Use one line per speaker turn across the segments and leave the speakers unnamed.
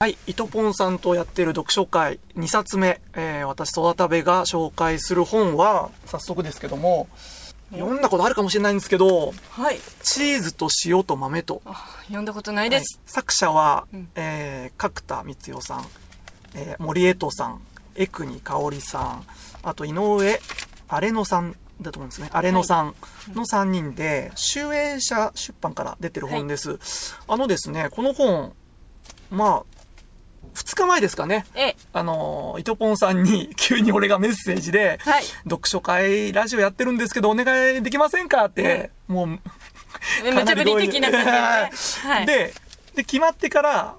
はい、イトポンさんとやってる読書会2冊目、えー私、育田部が紹介する本は、早速ですけども、読んだことあるかもしれないんですけど、
はい。
チーズと塩と豆と。
あ、読んだことないです
は。い作者は、
うん
えー角田光代さん、えー森江戸さん、江国香織さん、あと井上荒野さんだと思うんですね。荒野さんの3人で、集英社出版から出てる本です。あのですね、この本、まあ、2日前ですかね、
ええ、
あのー、イトポンさんに 急に俺がメッセージで、
はい。
読書会ラジオやってるんですけどお願いできませんかって、もう
え無茶ぶり的な感じでね。はい。
でで決まってから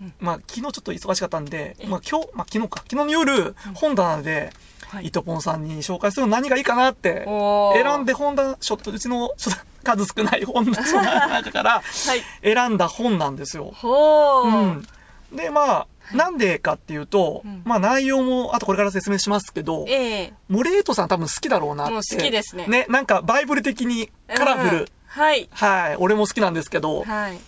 うん、
まあ、昨日ちょっと忙しかったんで
え、
まあ、今日、まあ、昨日か、昨日の夜、本棚で、
はい
イトポンさんに紹介するの何がいいかなって、
おー
選んで本棚、ちょっとうちのちょっと数少ない本棚の中 から、
はい。
選んだ本なんですよ。
ほ
う
う。
ん、で、まあ、なんでかっていうと、
うん
まあ、内容も、あとこれから説明しますけど、
ええ、
モレートさん多分好きだろうなって。
もう好きですね
ね、なんかバイブル的にカラフル。
うんはい。
はい、俺も好きなんですけど、
はい。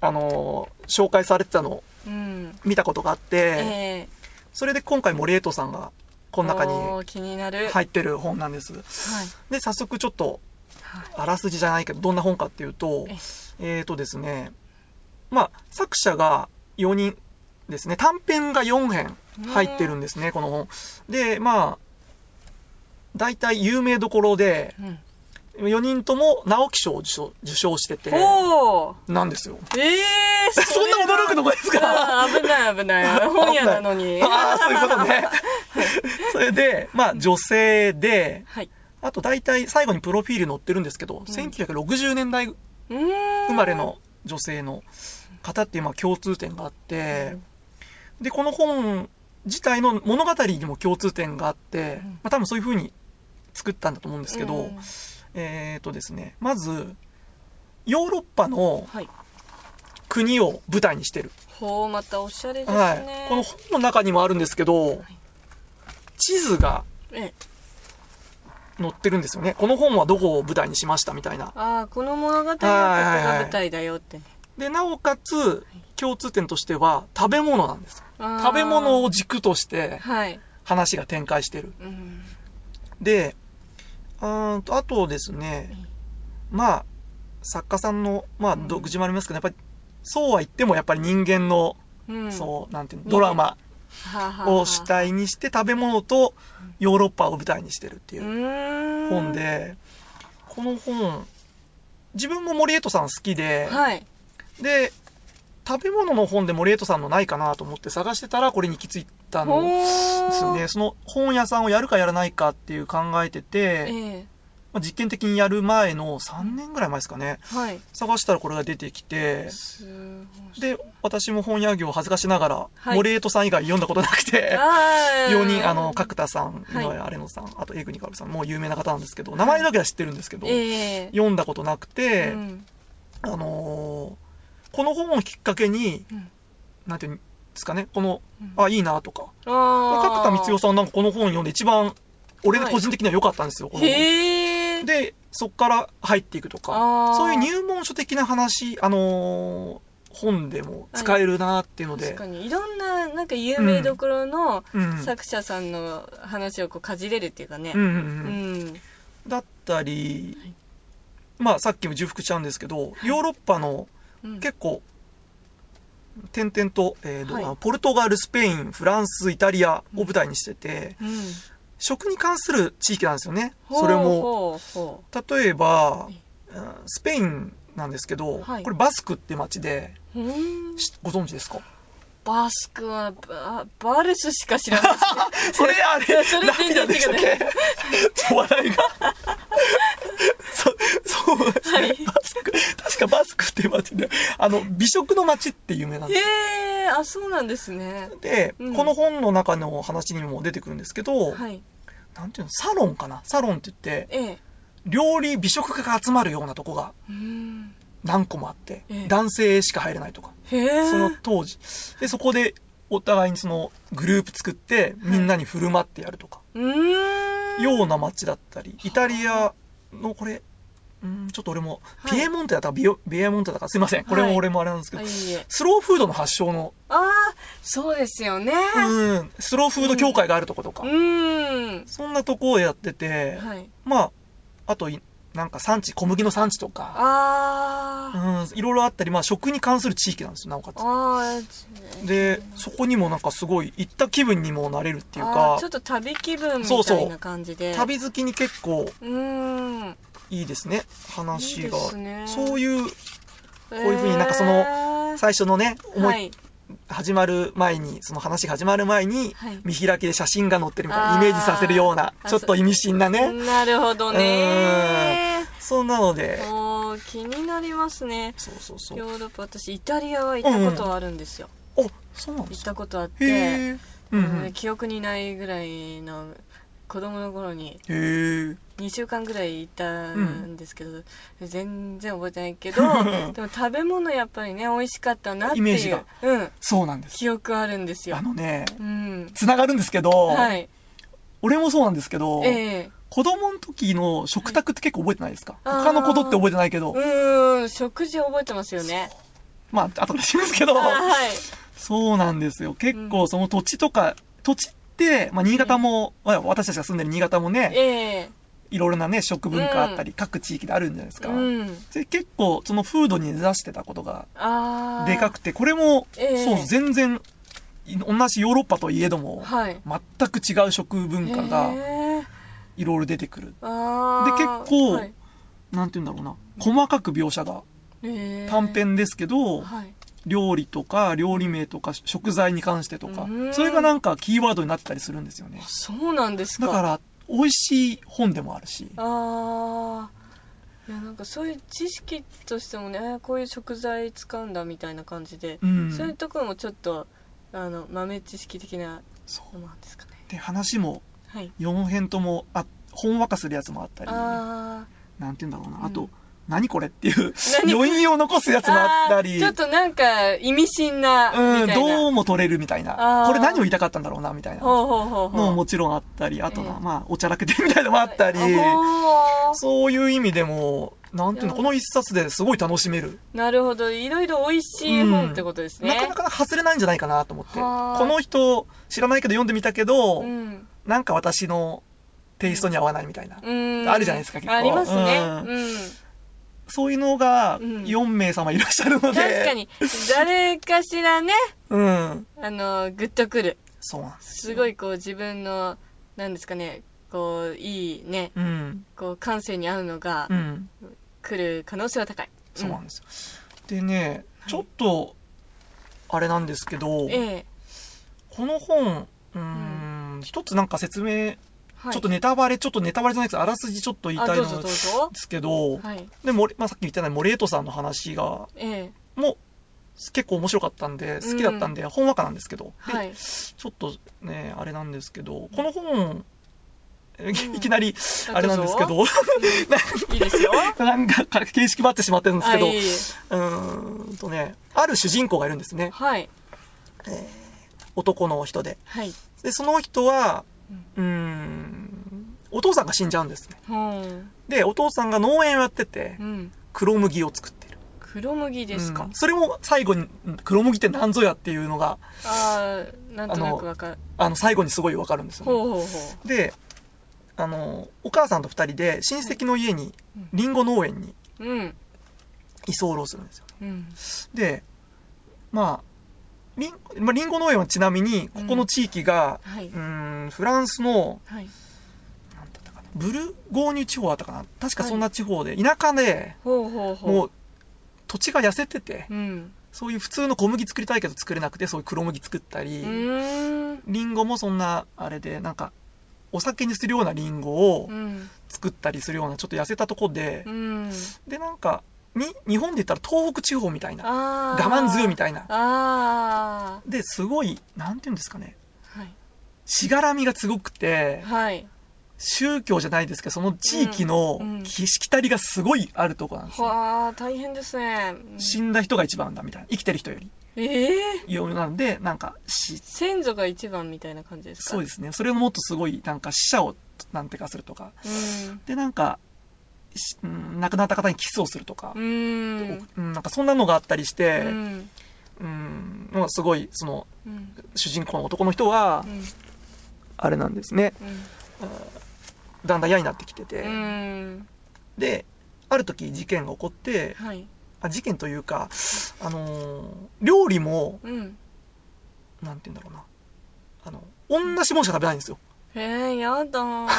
あのー紹介されてたのを
うん。
見たことがあって、
ええ。
それで今回森江戸さんがこの中に
おー気になる。
入ってる本なんです。
はい。
で、早速ちょっと、
はい。
あらすじじゃないけど、どんな本かっていうと
え、
えーとですね、まあ、作者が4人ですね、短編が4編入ってるんですね、この本。で、まあ、大体有名どころで、
うん。
4人とも直木賞を受賞受賞してて、
ほう。
なんですよ。
ええ、
そんな驚くとこですか
あー危ない危ない。本屋なのに。
ああ、そういうことね。 それで、まあ、女性で、
はい。
あと大体最後にプロフィール載ってるんですけど、1960年代
うーん。
生まれ。の女性の方っていうまあ共通点があって、で、この本自体の物語にも共通点があって
うん、
まあ、多分そういう風に作ったんだと思うんですけど、
うん
えっ、とですね、まず、ヨーロッパの
はい。
国を舞台にしてる。
ほう、またおしゃれですね。
はい。この本の中にもあるんですけど、地図が
ええ
載ってるんですよね。この本はどこを舞台にしましたみたいな。
ああ、この物語はここが舞台だよって。
で、なおかつ、共通点としては食べ物なんです。
あー
食べ物を軸として
はい。
話が展開してる。
うん。
で、うーんと、あとですね、まあ、作家さんの、まあ、
うん
独自もありますけど、やっぱり、そうは言ってもやっぱり人間の、
うん。
そう、なんていうの、
うん
ドラマ
う
を主。体にして食べ物とヨーロッパを舞台にしてるっていうう
ーん。
本。で、この本、自分も森江戸さん好きで、
はい。
で、食べ物の本で森江戸さんのないかなと思って探してたら、これに行き着いた
ほ
のですよね。その本屋さんをやるかやらないかっていう考えて
え
て、
え
まあ実験的にやる前の3年ぐらい前ですかね、
はい。
探したらこれが出てきて、
すごい。
で、私も本屋業恥ずかしながら、
はい
森江戸さん以外読んだことなくて、
あー
4人、あの、角田さん、井
はい
上荒野さん、あと江国かおるさん、もう有名な方なんですけど、名前だけは知ってるんですけど、
ええ
読んだことなくて、
うん
あのーこの本をきっかけに、
うん
なんていうんですかね、この、
うん
あ、いいなとか。
あー
角田光代さんなんかこの本読んで一番、俺
はい
個人的には良かったんですよ、この本。
へえ。
で、そっから入っていくと
あ
か
ー、
そういう入門書的な話、あのー本でも使えるなっていうので、
確かにいろんななんか有名どころの
うん。うん
作者さんの話をこうかじれるっていうかね
うんう。
うんん。
うん。だったり
はい、
まあさっきも重複しちゃうんですけど、ヨーロッパの
うん
結構、点々と、えーどうだ
はい
ポルトガル、スペイン、フランス、イタリアを舞台にしてて、
うん。
食に関する地域なんですよね。それも、
ほうほうほ
例えば、うんスペインなんですけど、
はい
これバスクって町で、
う。うん
しご存知ですか
バスクはババルスしか知らない。
それ あれ、
それ全
涙
然
でしたっけちょっ と笑い が。そそうですね、
はい
バスク。確かバスクって町で、あの、美食の町って有名 なんですよ
へえ、あ、そうなんですね。
で、
うん
この本の中の話にも出てくるんですけど、
はい。
なんていうの、サロンかなサロンって言って、
ええ。
料理、美食家が集まるようなとこが
うーん。
何個もあって、
ええ
男性しか入れないとか、
へえ。
その当時。で、そこで、お互いにそのグループ作って、みんなに振る舞ってやるとか、
うーん。
ような街だったり、イタリアのこれ、うんちょっと俺も、
はい
ピエモンテだったかビオビエモンテだったかすいませんこれも俺もあれなんですけ
あ、
ど、
いえいえ。
スローフードの発祥の、
ああ、そうですよね。
うん、スローフード協会があるとことか、
うーん。
そんなとこをやってて、
はい。
まああといなんか産地小麦の産地とか、う
あ
ん、いろいろあったり、まあ、食に関する地域なんですよなおか
あ。ああ。
つでそこにもなんかすごい行った気分にもなれるっていう
あー
か
ちょっと旅気分み
そう
た
そ
いうな感じで。
旅好きに結構
うーん。
いいですね話が
いいですね
そういう
こう
いうふうになんかその最初のね思い、
はい。
始まる前にその話が始まる前に、
はい
見開きで写真が載ってるみたいな
あ
イ
ー
メージさせるような
あ
ちょっと意味深なね
なるほどね。
そんなので
もう気になりますね。
そうそうそう
ヨーロッパ、私イタリアは行ったことはあるんですよ。
おそうなんで
行っ
す
た
か
ことあって、
へえうんうん
うん記憶にないぐらいの子供の頃に
へえ
2週間ぐらい行ったんですけど、全然覚えてな いけどでも食べ物やっぱりね美味しかったなってい
イ
う
メージが
うん、
そうなんです
記憶あるんですよ
あ。のね
うん、
つながるんですけど、
はい、
俺もそうなんですけど、
ええ
子供の時の食卓って結構覚えてないですか、
はい
他のことって覚えてないけど
うーん食事覚えてますよね。
まあ後で知るんですけど
あ はい
そうなんですよ。結
う
構
ん
その土地とか、土地って、まあ、新潟も、まあ私たちが住んでる新潟もね、
ええ
いろいろなね、食文化あったり、各地域であるんじゃないですか。
うん、
で結構、その風土に根ざしてたことが
あー
でかくて、これも、
ええ
そう、全然、い同じヨーロッパといえども、
はい
全く違う食文化が
ええ
いろいろ出てくる。
あ
で
ー
結構
はい
なんて言うんだろうな。細かく描写が、
ええ
短編ですけど、
はい
料理とか、料理名とか、食材に関してとか
う、ん
それがなんかキーワードになってたりするんですよね。
そうなんです
だから、美味しい本でもあるし、
ああいやなんかそういう知識としてもねあーこういう食材使うんだみたいな感じで
う、ん。
そういうところもちょっとあの豆知識的な
そう
のもあるんですかね
で、話も、
はい
4編とも、あ、ほんわかするやつもあったり、
あ
なんて言うんだろう
うん
な。あと、何これっていう、
何
余韻を残すや
ー
つもあった
あ
り、
ーちょっとなんか意味深な
う
み
ん、
たいな、
どうも取れるみたいな
あ。ー
これ何を言いたかったんだろうな、みたいな。
ほ
の
うほうほうほう
ももちろんあったり、あと
ええ
は、まあ、おちゃらけてみたいなのもあったり、
あー
そういう意味でも、なんていうの、
いや
この一冊ですごい楽しめる。
なるほどいろいろ美味しい本ってことですね、
なかなか外れないんじゃないかなと思って。こ
はー
の人、知らないけど読んでみたけど、
うん
なんか私のテイストに合わないみたいな。
うん
あるじゃないですか結構
ありますね
うん
うん
そういうのが
うん
4名様いらっしゃるので。
確か。に、誰かしらね、
うん。
あの、グッとくる。
そうなんです。
すごいこう自分の、なんですかね、こう、いいね、
うん。
こう、感性に合うのが
うん。
来る可能性は高い。
そうなん
で
ですよ。でね、ちょっと、あれなんですけど、
ええ
この本、うーん、一つなんか説明、
はい。
ちょっとネタバレ、ちょっとネタバレじゃないですあらすじちょっと言いたいの
あ、どうぞどう
で
ぞ。
すけど、
はい。
で、森まあ、さっき言ったように森江戸さんの話が、
ええ
もう、結構面白かったんで、好きだったんで、ほんわかなんですけど、で
はい。
ちょっとね、あれなんですけど、この本、えいきなり、あれなんですけ
ど
ど、
いいですよ。
なんかか形式ばってしまってるんです
は
けど、
い
うーんとね、ある主人公がいるんですね。
はい。
えー男の人で。
はい。
で、その人は、うーん、お父さんが死んじゃうんですね。
うん。
で、お父さんが農園をやってて
う、ん。
黒麦を作ってる。
黒麦ですか。
うんそれも最後に、うん黒麦って何ぞやっていうのが、
ああ、なんとなくわかる。
あの、最後にすごいわかるんですよね。
ほうほうほう。
で、あの、お母さんと二人で親戚の家に
うん、
リンゴ農園に
うん。
居候するんですよ。
うん。
で、まあ、リンまあ、リンゴ農園はちなみに、ここの地域が、
は
う
い。
ーん、フランスの、
はい。
なんだったかな、ブルゴーニュ地方だったかな、確かそんな地方で、田舎で、
ほうほうほう。
もう、土地が痩せてて、
うん。
そういう普通の小麦作りたいけど作れなくて、そういう黒麦作った
う
り、
ーん。
リンゴもそんな、あれで、なんか、お酒にするようなリンゴを
うん。
作ったりするような、ちょっと痩せたとこで、
うん。
で、なんか、に、日本で言ったら東北地方みたいな、
あ
我
あ。
慢強いみ
たい
たいな。
あ
で、すごい、なんて言うんですかね、
あ。はい。
しがらみがすごくて、
はい。
宗教じゃないですけど、その地域の
うんうん
きしきたりがすごいあるとこなんですよ。
はあ、大変ですね。うん
死んだ人が一番だみたいな。生きてる人より。
ええ
よなんで、なんか、し、
先祖が一番みたいな感じですか
そうですね。それをもっとすごい、なんか死者をなんてかするとか。
す。うん。
で、なんか、しうん亡くなった方にキスをするとか
う、ーん
うん、なんかそんなのがあったりし
う
て、
ん
うん、まあすごい、その、
うん
主人公の男の人は
う、ん
あれなんですね、だんだん嫌になってきてて、
うん
で、ある時事件が起こって、
はい
あ事件というか、あのー料理も、
うん
なんて言うんだろうな、あの、同じもんしか食べないんですよ。
えー、や だ ーなんか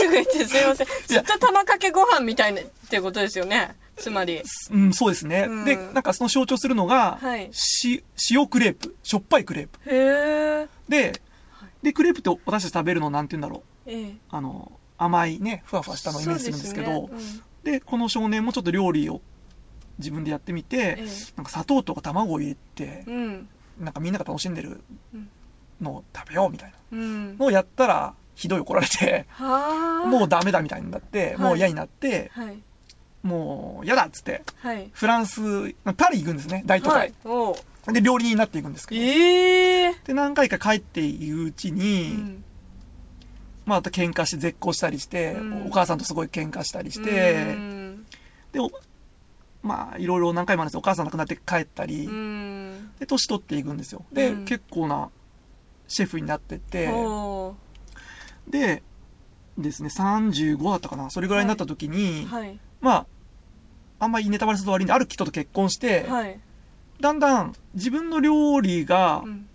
言ってすいませんずっと玉かけご飯みたいなってことですよねつまり
うん、そうですね。
うん
で、なんかその象徴するのが、
はい
し塩クレープ、しょっぱいクレープ。
へー
で
はい、
で、クレープって私たち食べるのなんて言うんだろ
ええ
う、あの、甘いね、ふわふわしたのをイメージするんですけど、
そうですね
でこの少年もちょっと料理を自分でやってみて、
ええ
なんか砂糖とか卵を入れて
う、ん
なんかみんなが楽しんでる
うん
のを食べようみたいな
うんうん
のをやったら、ひどい怒られて、
はあ
もうダメだみたいになって、
い
もう嫌になって、
はい
もう嫌だっつって、
はい
フランス、パリ行くんですね、大都
は
会
い。おう
で、料理人になっていくんですけど。
ええ
で、何回か帰っていくうちに、
うん
まあ、あと喧嘩して絶交したりして、
うん
お母さんとすごい喧嘩したりし
う
て、
ん
で、おまあ、いろいろ何回もあるんですよお母さん亡くなって帰ったり、
うん
で、年取っていくんですよ。で、
うん
結構なシェフになってって、
お
で、ですね、35だったかな、それぐらいになった時
う
に、
はい
まあ、あんまりネタバレすると悪いんで、ある人と結婚して、
はい
だんだん自分の料理が、
うん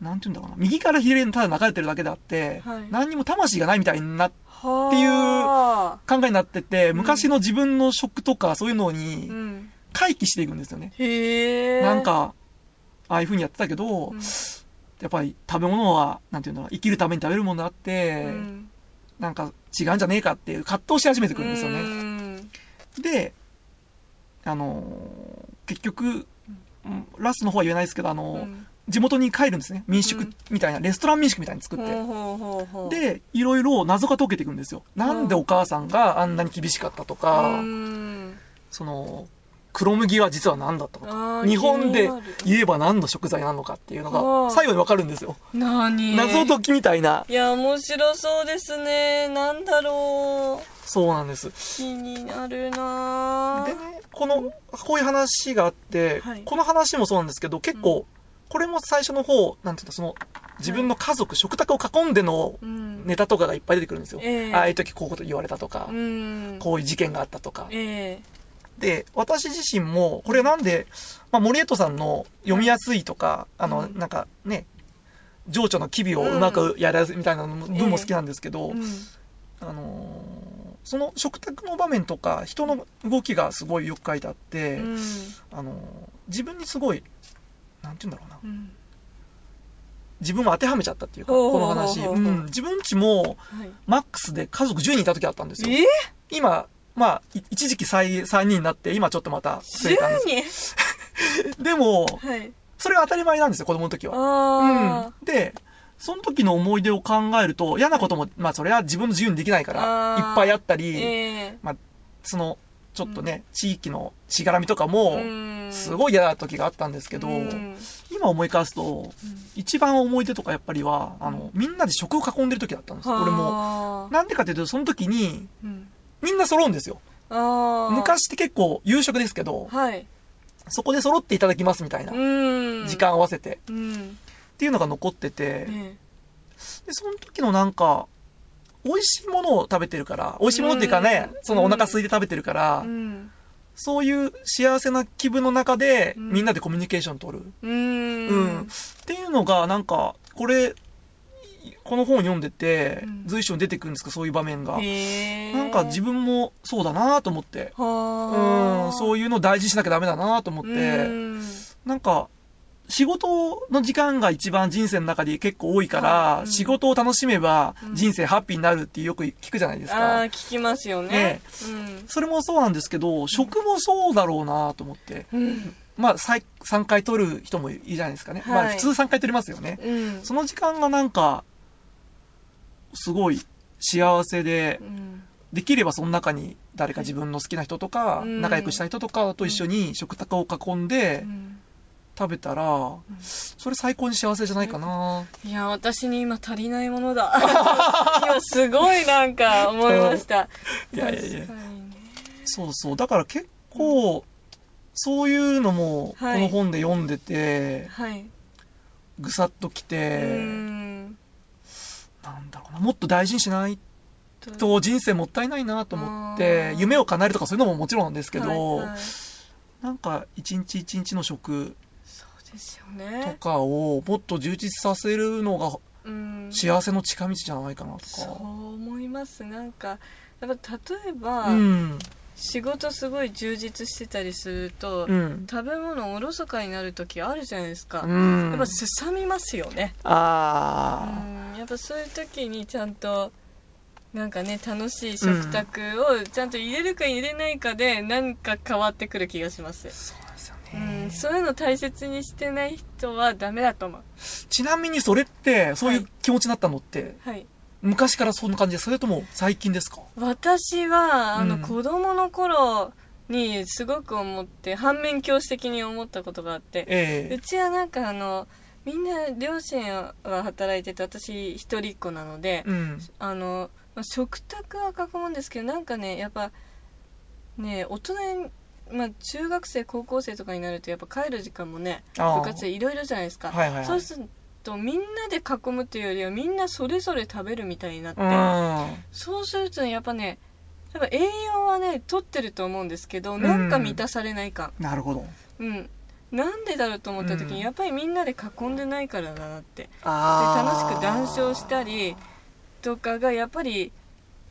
なんて言うんだろうな、右から左にただ流れてるだけであって、
はい
何にも魂がないみたいな
はあ
って考えになってて、
うん
昔の自分の食とかそういうのに
うん
回帰していくんですよね。
へえ
なんか、ああいう風にやってたけど、
うん
やっぱり食べ物は、なんていうんだろう、生きるために食べるものであって、
うん
なんか違うんじゃねえかっていう葛藤し始めてくるんですよ
う
ね。
ん
で、あのー結局、うんラストの方は言えないですけど、あのー
うん
地元に帰るんですね。民
う
宿
ん
みたいな、レストラン民宿みたいに作って。
ほうほうほうほう
で、いろいろ謎が解けていくんですよ。なんでお母さんがあんなに厳しかったとか、
うん
その、黒麦は実は何だったのか。
あー
日本で
気になる
言えば何の食材なのかっていうの
う
が
ん
最後にわかるんですよ。
何
謎解きみたいな。
いや面白そうですねなんだろう
そうなんです。
気になるなぁ
でね、この、こういう話があって、
はい
この話もそうなんですけど、結構、これも最初の方、なんていうか、その、自分の家族、食卓を囲んでの
うん
ネタとかがいっぱい出てくるんですよ。
ええ
ああいう時こういうこと言われたとか、
うん
こういう事件があったとか。
ええ
で、私自身も、これなんで、まあ、森江戸さんの読みやすいとか、あの、
うん
なんかね、情緒の機微をうまくやらずみたいなのも文も好きなんですけど、
うん
あのーその食卓の場面とか、人の動きがすごいよく書いてあって、
うん
あのー自分にすごい、なんて言うんだろうな、
うん
自分を当てはめちゃったっていうか、
ほう
この
ほうほうほう
話。うん、自分ちも、
はい
マックスで家族10人いた時あったんですよ。
え
今、まあ、い一時期3人になって、今ちょっとまた増えたんです
10
でも、
人はい
それが当たり前なんですよ、子供の時は。
あ
うん。で、その時の思い出を考えると、嫌なことも、まあそれは自分の自由にできないから、
あー
いっぱいあった
ー
り、
え
その、ちょっとね、地域のしがらみとかも、
え
す
い
ごい嫌な時があったんですけど、
うん
今思い返すと、一番思い出とかやっぱりは、あの、みんなで食を囲んでる時だったんです。俺も。
も
なんでかっていうと、その時に、
うん
みんな揃うんですよ。
あー
昔って結構夕食ですけど、
はい
そこで揃っていただきますみたいな、
うん
時間合わせて、
うん
っていうのが残ってて、
え
で、その時のなんか、美味しいものを食べてるから、美味しいものっていうかね、
うん
そのお腹空いて食べてるか
え
ら、
うん
そういう幸せな気分の中で、
うん
みんなでコミュニケーション取る。
う
うん。
ん
っていうのが、なんか、これ、この本を読んでて
う、ん
随所に出てくるんですか、そういう場面が。
へえ
なんか自分もそうだなと思って。
はあ
うん、そういうの大事にしなきゃダメだなと思って、
うん
なんか、仕事の時間が一番人生の中で結構多いか
は
ら
い、うん
仕事を楽しめば
うん
人生ハッピーになるってよく聞くじゃないです
ああ
か
ー。聞きますよ
ね
ね
それもそうなんですけど、食もそうだろうなと思って。
うんうん
まあ、さい3回取る人もいるじゃないですかね。まあ、
はい
普通3回取りますよね。
うん
その時間がなんか、すごい幸せで
う、ん
できればその中に誰か自分の好きな人とか、
うん
仲良くしたい人とかと一緒に食卓を囲ん
う
で、
ん
食べたら、それ最高に幸せじゃないかな。
いや、私に今足りないもの だ。今すごいなんか思いました。
いやいやいや
確かにね。
そうそう。だから結構、そういうのも、こ
はい
の本で読んでて、
はい。
ぐさっとき
う
て、
ーん。
なんだろうな、もっと大事にしないと人生もったいないなと思って
あ、ー
夢を叶えるとかそういうのももちろんなんですけど、
はいはいそ
なんか一日一日の食
うですよ
と
ね。
かをもっと充実させるのが
うん。
幸せの近道じゃないかなと
そう
か。
思います。なんか、やっぱ例えば、
うん。
仕事すごい充実してたりすると、
うん。
食べ物おろそかになる時あるじゃないですか。
う
やっ
ん
ぱ。すさみますよね。
あ
うんやっぱそういう時にちゃんとなんかね楽しい食卓をちゃんと入れるか入れないかでなんか変わってくる気がします
ー。、そうなんですよ
うん、
ね。
そういうの大切にしてない人はダメだと思う
ちなみにそれって、そうい
は
う
い
気持ちになったのって、
はい
昔からそんな感じですそれとも最近ですか
私はあの、
うん
子供の頃にすごく思って反面教師的に思ったことがあってう
え
ちはなんかあのみんな両親は働いてて私一人っ子なので、
えうん。
あの、まあ、食卓は囲むんですけど、なんかね、やっぱ、ね、大人に、まあ、中学生、高校生とかになると、やっぱ帰る時間もね、
あー
部活でいろいろじゃないですか。
はいはいはい
そうすると、みんなで囲むっていうよりは、みんなそれぞれ食べるみたいになって、
うん。
そうするとね、やっぱね、やっぱ栄養はね、取ってると思うんですけど、なんか満たされない感。
なるほど。
うん。なんでだろうと思った時に、
うん
やっぱりみんなで囲んでないからだなって。で
あ
楽しく談笑したりとかがやっぱり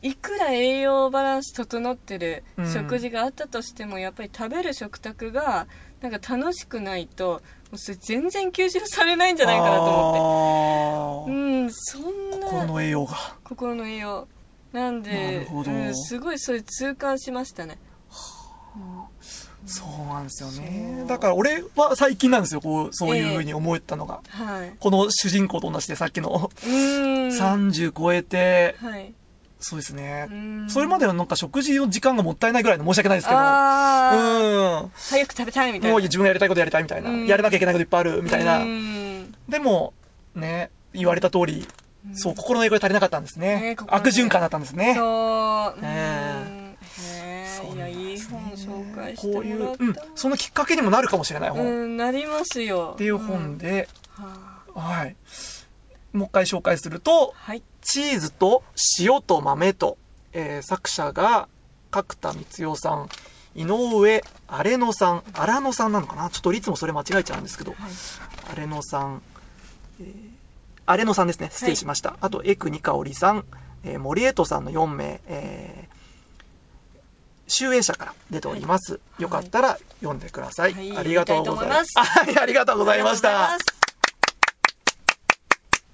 いくら栄養バランス整ってる
うん
食事があったとしても、やっぱり食べる食卓がなんか楽しくないともうそれ全然吸収されないんじゃないかなと
思
思ってうんそんな
心の栄養が。
心の栄養なん
なる
で
ほど
うん、すごいそれ痛感しましたね、
そうなんですよ
そ
ね。
う
だから俺は最近なんですよ、こう、そういうふうに思えたのが。
はい
この主人公と同じでさっきの
うーん
30超えて、
はい
そうです
う
ね。
ーん
それまではなんか食事の時間がもったいないぐらいの申し訳ないですけど、
あ
う
ー早く食べたいみ
ん。
たいな
もう自分がやりたいことやりたいみたいな。
うん
やらなきゃいけないこといっぱいあるみたいうな。
ーん
でも、ね、言われた通り、そう、心の栄養が足りなかったんですね
ね。心の
悪循環だったんですね。
そう。うん
ね
ね
そ
え。
う
い
な
や、
ん
い
で
い
すね
本紹介して
こうい
もら
う
っ、た。
うん、そのきっかけにもなるかもしれない本。
うん、なりますよ。
っていう本
で。
で、
は
はい。もう一回紹介すると、
い。
チーズと塩と豆と、えー作者が角田光代さん、井上荒野さん、荒野さんなのかなちょっといつもそれ間違えちゃうんですけど、
はい。
荒野さん、えー荒野さんですね、失礼しました。あと、エクニカオリさん、えー森江戸さんの4名、え集英社から出ております。
い
よかったら読んでください。
はい
ありがとうございます。
は
はい、ありがとうございました。
ありがとうございます